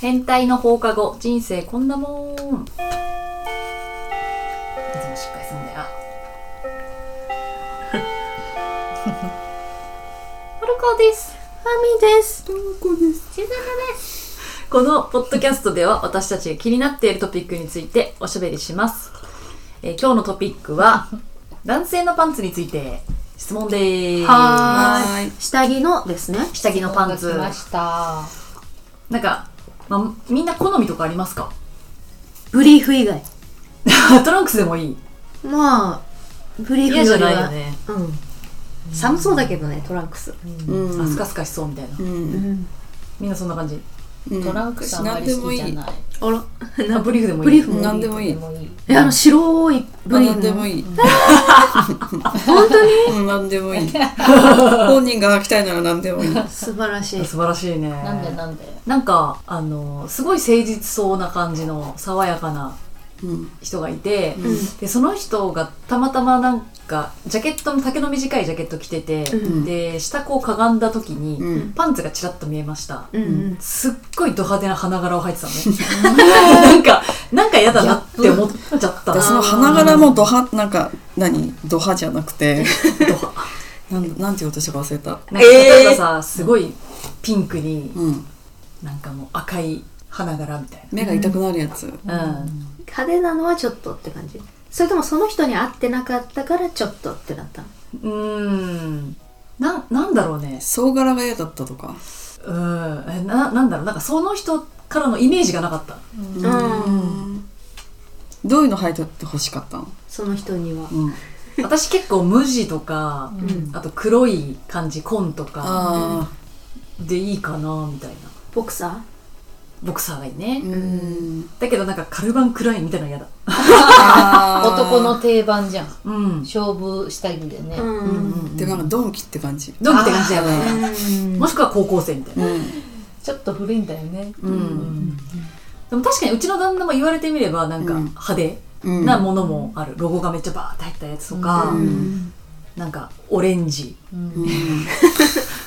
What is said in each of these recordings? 変態の放課後人生こんなもんいつもしっかりすんだよ ハルコですファミです。ちですこのポッドキャストでは私たちが気になっているトピックについておしゃべりします、えー今日のトピック は男性のパンツについて質問ですーい。下着のですね。下着のパンツ来ました。なんか、まあ、みんな好みとかありますか ブリーフ以外。トランクスでもいいまあ、ブリーフ嫌以じゃ外なはいよ。ね、うん。寒そうだけどね、トランクス。うんあスカスカしそうみたいな、うん。みんなそんな感じうんトランクさんあまり好きじゃ何でもいいない。あら、 あブリーフでもいいブリーフも何でもいいもいい。え、あの、白いブリーフ。何でもいい本当にうん何で もいい本人が履きたいなら何でもいい素晴らしい素。晴らしいねなんでなんで。なんかあのすごい誠実そうな感じの爽やかなうん人がいて、うん。でその人がたまたまなんかジャケットの丈の短いジャケット着てて、うんで下こうかがんだ時に、うんパンツがちらっと見えました、うんうん。すっごいド派手な花柄を履いてたのねなんかなんか嫌だなって思っちゃったでなその花柄もドハなんか何ドハじゃなくてド派なんなんて言おうとしたか忘れたなんか例えばさ、すごいピンクにうんなんかもう赤い花柄みたい目が痛くなるやつなうん、派手なのはちょっとって感じ。それともその人に合ってなかったからちょっとってなったのうーん。な、なんだろうね。総柄が嫌だったとかうん。えな、なんだろう。なんかその人からのイメージがなかった。んどういうの履いてって欲しかったのその人には。うん私結構無地とか、うんあと黒い感じ、紺とかあでいいかな、みたいな。ボクサボクサーがいいね。ーうんだけどなんかカルバンクラインみたいなの嫌だ。あー男の定番じゃん。うん。勝負下着でねー。。うんうんん。でなんかドンキって感じドンキって感じだよね。うんもしくは高校生みたいな。うんちょっと古いんだよね。うん。でも確かにうちの旦那も言われてみればなんかうん派手うんなものもある、ロゴがめっちゃバーって入ったやつとか、うんなんかオレンジうん。うん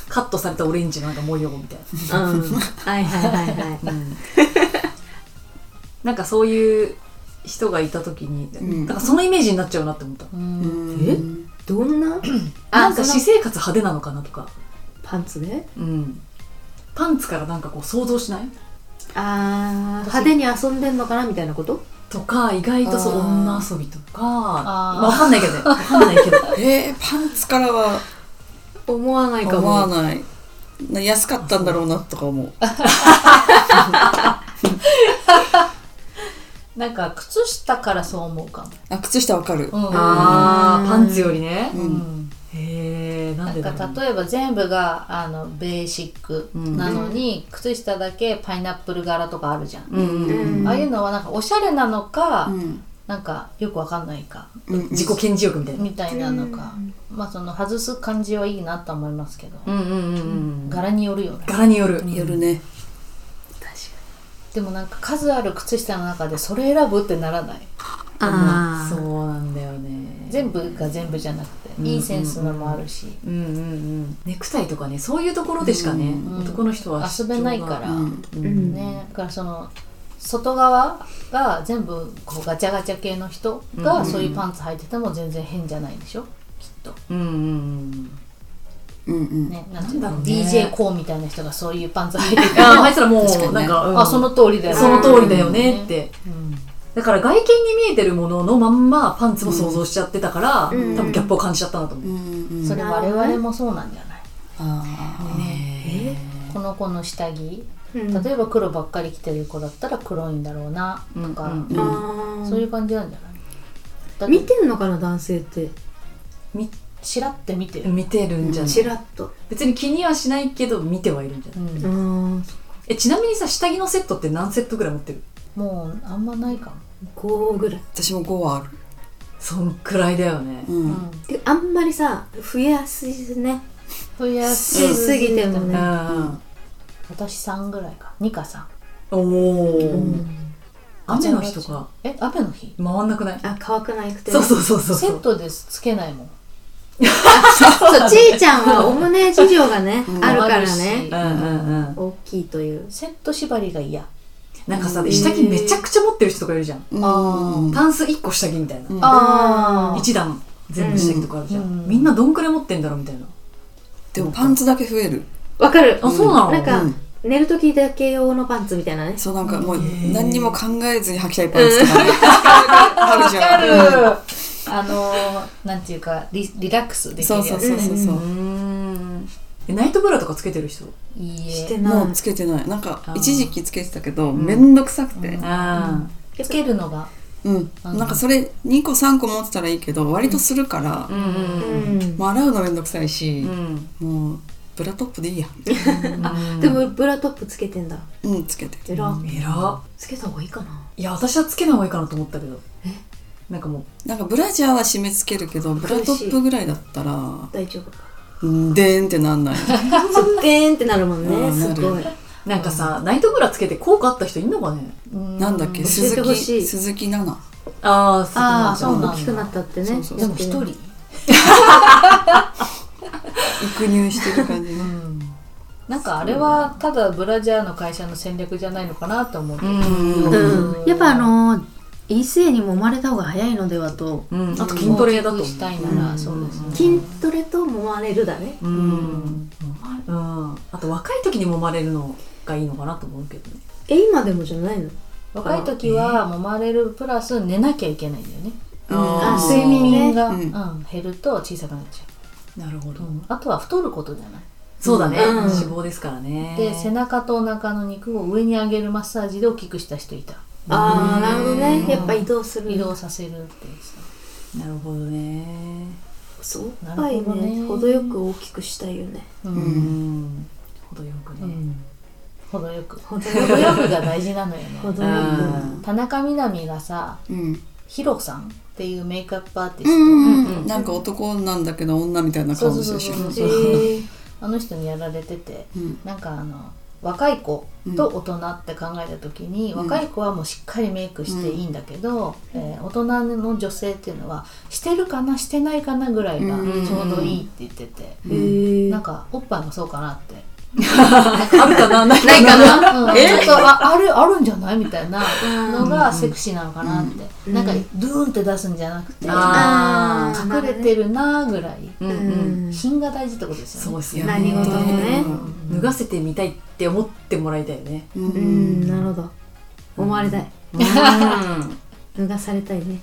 カットされたオレンジのなんか模様みたいうんはいはいはいはい。な、なんかそういう人がいた時に、んだからそのイメージになっちゃうなって思った、うん。うんどんななあ、んかそ私の生活派手なのかなとか、パンツでうん、パンツからなんかこう想像しないあー派手に遊んでんのかなみたいなこととか意外とそうあー女遊びとかあーまあ、わかんないけどねわかんないけどえーパンツからは思わないか思わも。ないな安かったんだろうなとか思うなんか靴下からそう思うかあ靴下わかる、も。あーパンツよりねう、ん。へえななんでんだろうか例えば全部があのベーシックなのに、靴下だけパイナップル柄とかあるじゃん。うんうんうんああいうのはなんかおしゃれなのか、うんなんかよくわかんないかうん自己顕示欲みたいな、みたいなのか、まあその外す感じはいいなと思いますけど、うんうんうんうん柄によるよね柄によるよるねでもなんか数ある靴下の中でそれ選ぶってならないあそーうなんだよね全部が全部じゃなくて、うんいいセンスのもあるし、うんうんうんネクタイとかねそういうところでしかね、ん男の人は遊べないから、うんうんねだからその外側が全部こうガチャガチャ系の人うんうがんそういうパンツ履いてても全然変じゃないでしょきっとうんうんうんうん、ねなんていうなんだろのうね DJ コーみたいな人がそういうパンツ履いて てうん、ああいつらも確かうにねなんか、うんあその通りだよねその通りだよねって、うんだから外見に見えてるもののまんまパンツも想像しちゃってたから、うん多分ギャップを感じちゃったんだと思う、うんうん、それな我々もそうなんじゃないあねこの子の下着うん例えば黒ばっかり着てる子だったら黒いんだろうなとか、うんーあーそういう感じなんじゃないだって見てんのかな男性ってちらって見てる、見てるんじゃない、ちらっと別に気にはしないけど見てはいるんじゃない、うんうんえちなみにさ下着のセットって何セットぐらい持ってるもうあんまないかも、 5ぐらい私も5はある、そんくらいだよね、うんうん、であんまりさ増えやすいですね増やしすぎてもうねん私3ぐらいか2か3おおー、雨の日とガチャガかチャえ雨の日回んなくないあ乾かないくてそううそうそうそうセそッうトですつけないもんそうちいちゃんはお胸事情がねうんあるかあるらしねうんうんうん大きいというセット縛りが嫌なんかさ下着めちゃくちゃ持ってる人とかいるじゃんうんタンス1個下着みたいな、うんあ一段全部下着とかあるじゃん、うんみんなどんくらい持ってんだろうみたいなでもパンツだけ増えるあわかるあそうなのなんか、うん寝る時だけ用のパンツみたいなねそうなんかもうー何にも考えずに履きたいパンツとかねあるじゃんあのー、なんていうかリリラックスできるそやうつそうそうそうそうえナイトブラとかつけてる人いいしてえなもいうつけてないなんかあー一時期つけてたけどめんどくさくてあつけるのがうんなんかそれ2個3個持ってたらいいけど割とするからあうんうんうんもう洗うのめんどくさいしうんもうブラトップでいいやあでもブラトップつけてんだうんつけてえらえらつけた方がいいかないや私はつけない方がいいかなと思ったけどなんかもうなんかブラジャーは締め付けるけどブラトップぐらいだったら大丈夫かでーんってなんないそうでーんってなるもんうねんすごいなんかさ、ナイトブラつけて効果あった人いんのかねなんだっけ教え鈴てほ木しい鈴木奈々ああ、そうあーそうなんだ大きくなったってねそうそうでも一人、育乳してる感じなんかあれはただブラジャーの会社の戦略じゃないのかなと思うけど、うんうんやっぱあの異性にも生まれた方が早いのではとうん、あと筋トレだ大ときくしたいならそうですね筋トレと揉まれるだねうん、うんあと若い時に揉まれるのがいいのかなと思うけどねえ今でもじゃないの若い時は揉まれるプラス寝なきゃいけないんだよねああー睡眠ね睡眠が、ううんん減ると小さくなっちゃなるほど、う、うん、あとは太ることじゃないそうだね、うん脂肪ですからねで背中とお腹の肉を上に上げるマッサージで大きくした人いたああなるほどねやっぱ移動する移動させるって言ってたなるほどねそうおっぱいなるほどねね程よく大きくしたいよねう、うんん程よくね、うん、程よく程よ程よくが大事なのよねく程うよん田中みな実がさうんヒロさんっていうメイクアップアーティスうト、んうんなんか男なんだけど女みたいな顔してるしそうそうそうくそうへえあの人にやられててうんなんかあの若い子と大人って考えた時に、うん若い子はもうしっかりメイクしていいんだけど、えー大人の女性っていうのはしてるかなしてないかなぐらいがうんちょうどいいって言ってて、へえなんかおっぱいもそうかなって。あるか なないないかな、うん、ちょっとああるあるんじゃないみたいなのがセクシーなのかなって、うんなんかドゥーンって出すんじゃなくてああー隠れてるなーぐらい、うんううんん品が大事ってことですそようねですよね何事もね脱がせてみたいって思ってもらいたいよねううんんなるほど思われたいうん脱脱がされたいね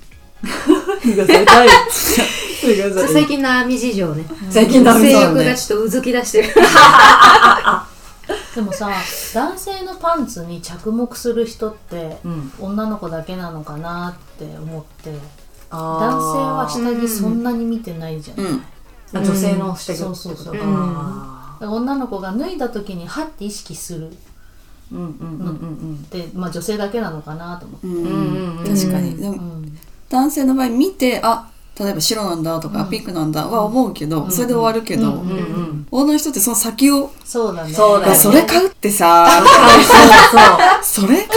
がせ たい脱ちがょっとせた最い近の網事情ね最近ダメ性だよ欲がねちょっとうずき出してるでもさ男性のパンツに着目する人って、うん女の子だけなのかなって思って男性あはー下着そんなに見てないじゃん、だかうんあ女性の下着そうそうそうってことうんあら女の子が脱いだ時にはって意識するっーうんうんうんうんて、まあ、女性だけなのかなと思って、ううんんうん確かにでうもん男性の場合見てあ例えば白なんだとか、ピンクなんだは思うけど、それで終わるけど、うんうんうんうん女の人ってその先を、そうだねそうだよねそれ買うってさそうそそれ買うっ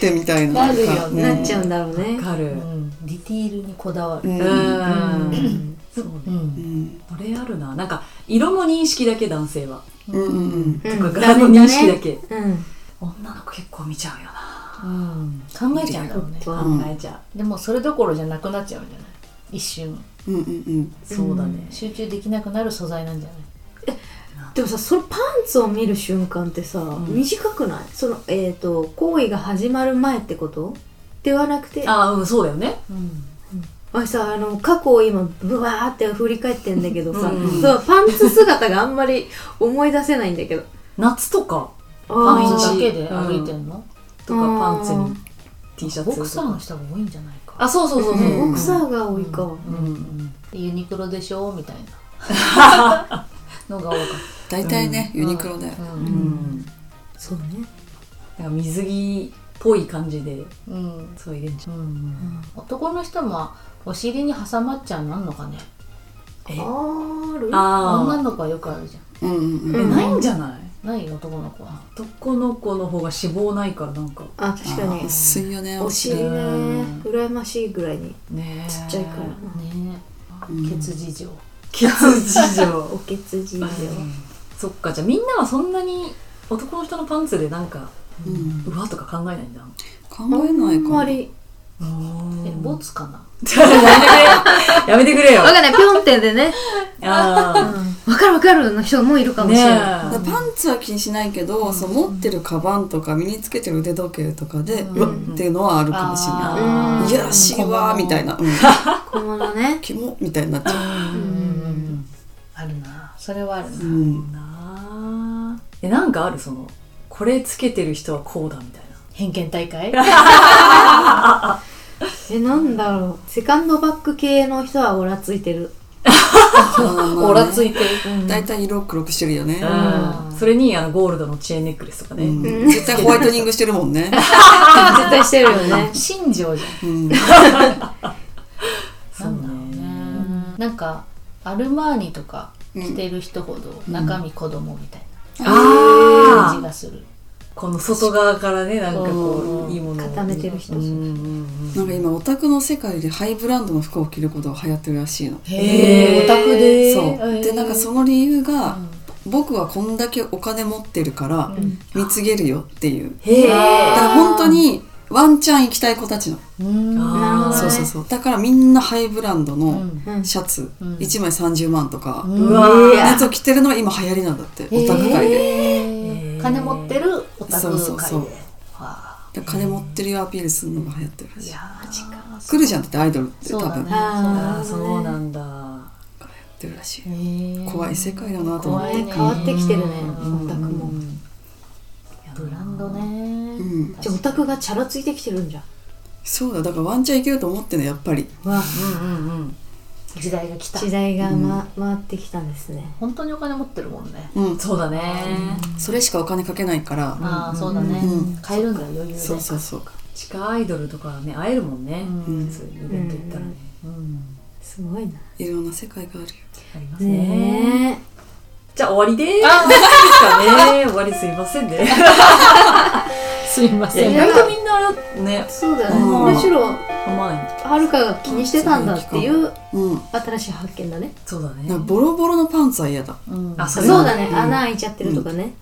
てみたいななるよねなっちゃうんだろううねわかるうん、ディティールにこだわうる、ん、うんそううねんこれあるななんか色の認識だけ男性はうんうんうんうとんか柄の認識だけうん女の子結構見ちゃうよなうん、考えちゃうんだろうねちょっ考えちゃでもそれどころじゃなくなっちゃうんじゃない一瞬うんうんうそうだね集中できなくなる素材なんじゃないでもさそのパンツを見る瞬間ってさ、ん短くないそのえっ、と行為が始まる前ってことではなくてああうんそうだよねうんあさあの過去を今ブワーって振り返ってんだけどさ、うんうんそのパンツ姿があんまり思い出せないんだ けど夏とかパ毎日ンツだあーけで歩いてんのとかパンツうにん T シャツボクサーとのか人が多いんじゃないかあそうそうそうそううんボクサーが多いか、うんうんユニクロでしょみたい なのが多かっ大体ね、たユニクロだよ、ううんんそうねなんか水着っぽい感じでうんうんそう入れんじゃ男の人もお尻に挟まっちゃうのあんのかねうえある女あの子はよくあるじゃうんうんうんーえないんじゃないんない男の子は男の子の方が脂肪ないからなんかあ確かあに薄いよねお尻ねうん羨ましいぐらいにねえちっちゃいからなねうんえ血事情血事情 おけつじいよそっかじゃあみんなはそんなに男の人のパンツでなんかうん、うわとか考えないんだ考えないかあんまもりえボツかな やめてくれよわかんないピョンテンでねあわかるわかるの人もいるかーもしねれない、だからパンツは気にしないけど、そう持ってるカバンとか身につけてる腕時計とかで、うわっていうのはあるかもしれなあい。いやらしいわーみたいな、うん、小物ねキモみたいになっちゃあるなそれはあう。るう、なんなあえなんかあるそのこれつけてる人はこうだみたいな偏見大会えなんだろうセカンドバッグ系の人はオラついてるオラついいてる大体色黒くしてるよね、んそれにあのゴールドのチェーンネックレスとかね、うん絶対ホワイトニングしてるもんね、絶対してるよね新庄じうん、そゃうんなんだろうねなんかアルマーニとか着てる人ほど中身子供みたいなあ感あじがするこの外側からねなんかこううんいいものを固めてる人うんうんなんか今オタクの世界でハイブランドの服を着ることが流行ってるらしいの、へーオタクでそうでなんかその理由が、ん僕はこんだけお金持ってるから貢げるよっていう、へえだから本当にワンチャン行きたい子たちのうんあそうそうそうだからみんなハイブランドうのんうんシャツうん1枚30万とかうわやつを着てるのが今流行りなんだってオタク界でへー金持ってるオタク界でそうそうそうわあだから金持ってるよアピールするのが流行ってるらしいいやマジか来るじゃんってアイドルってそ多うだ分ねやああーそうなんだってるらしいへー怖い世界だなと思っ怖ていね変わってきてるねうんオタクもブランドね、うんじゃあオタクがチャラついてきてるんじゃんそうだだからワンチャンいけると思ってんのやっぱりうんうんうん時代が来た時代が、ま回ってきたんですね本当にお金持ってるもんね、うんそうだねそれしかお金かけないから、ああそうだね、うん買えるんだ余裕でそうそうそう地下アイドルとかね会えるもんね、うんそういうイベント行ったらね、うんすごいないろんな世界があるよありますねねじゃあ終わり でーすかね終わりすいませんねすいまいやせ意ん外とみんなねえそうだよねうんむしろ甘いはるかが気にしてたんだっていううん新しい発見だねそうだなんかねボロボロのパンツは嫌だうんあそそうれだね穴開いちゃってるとかね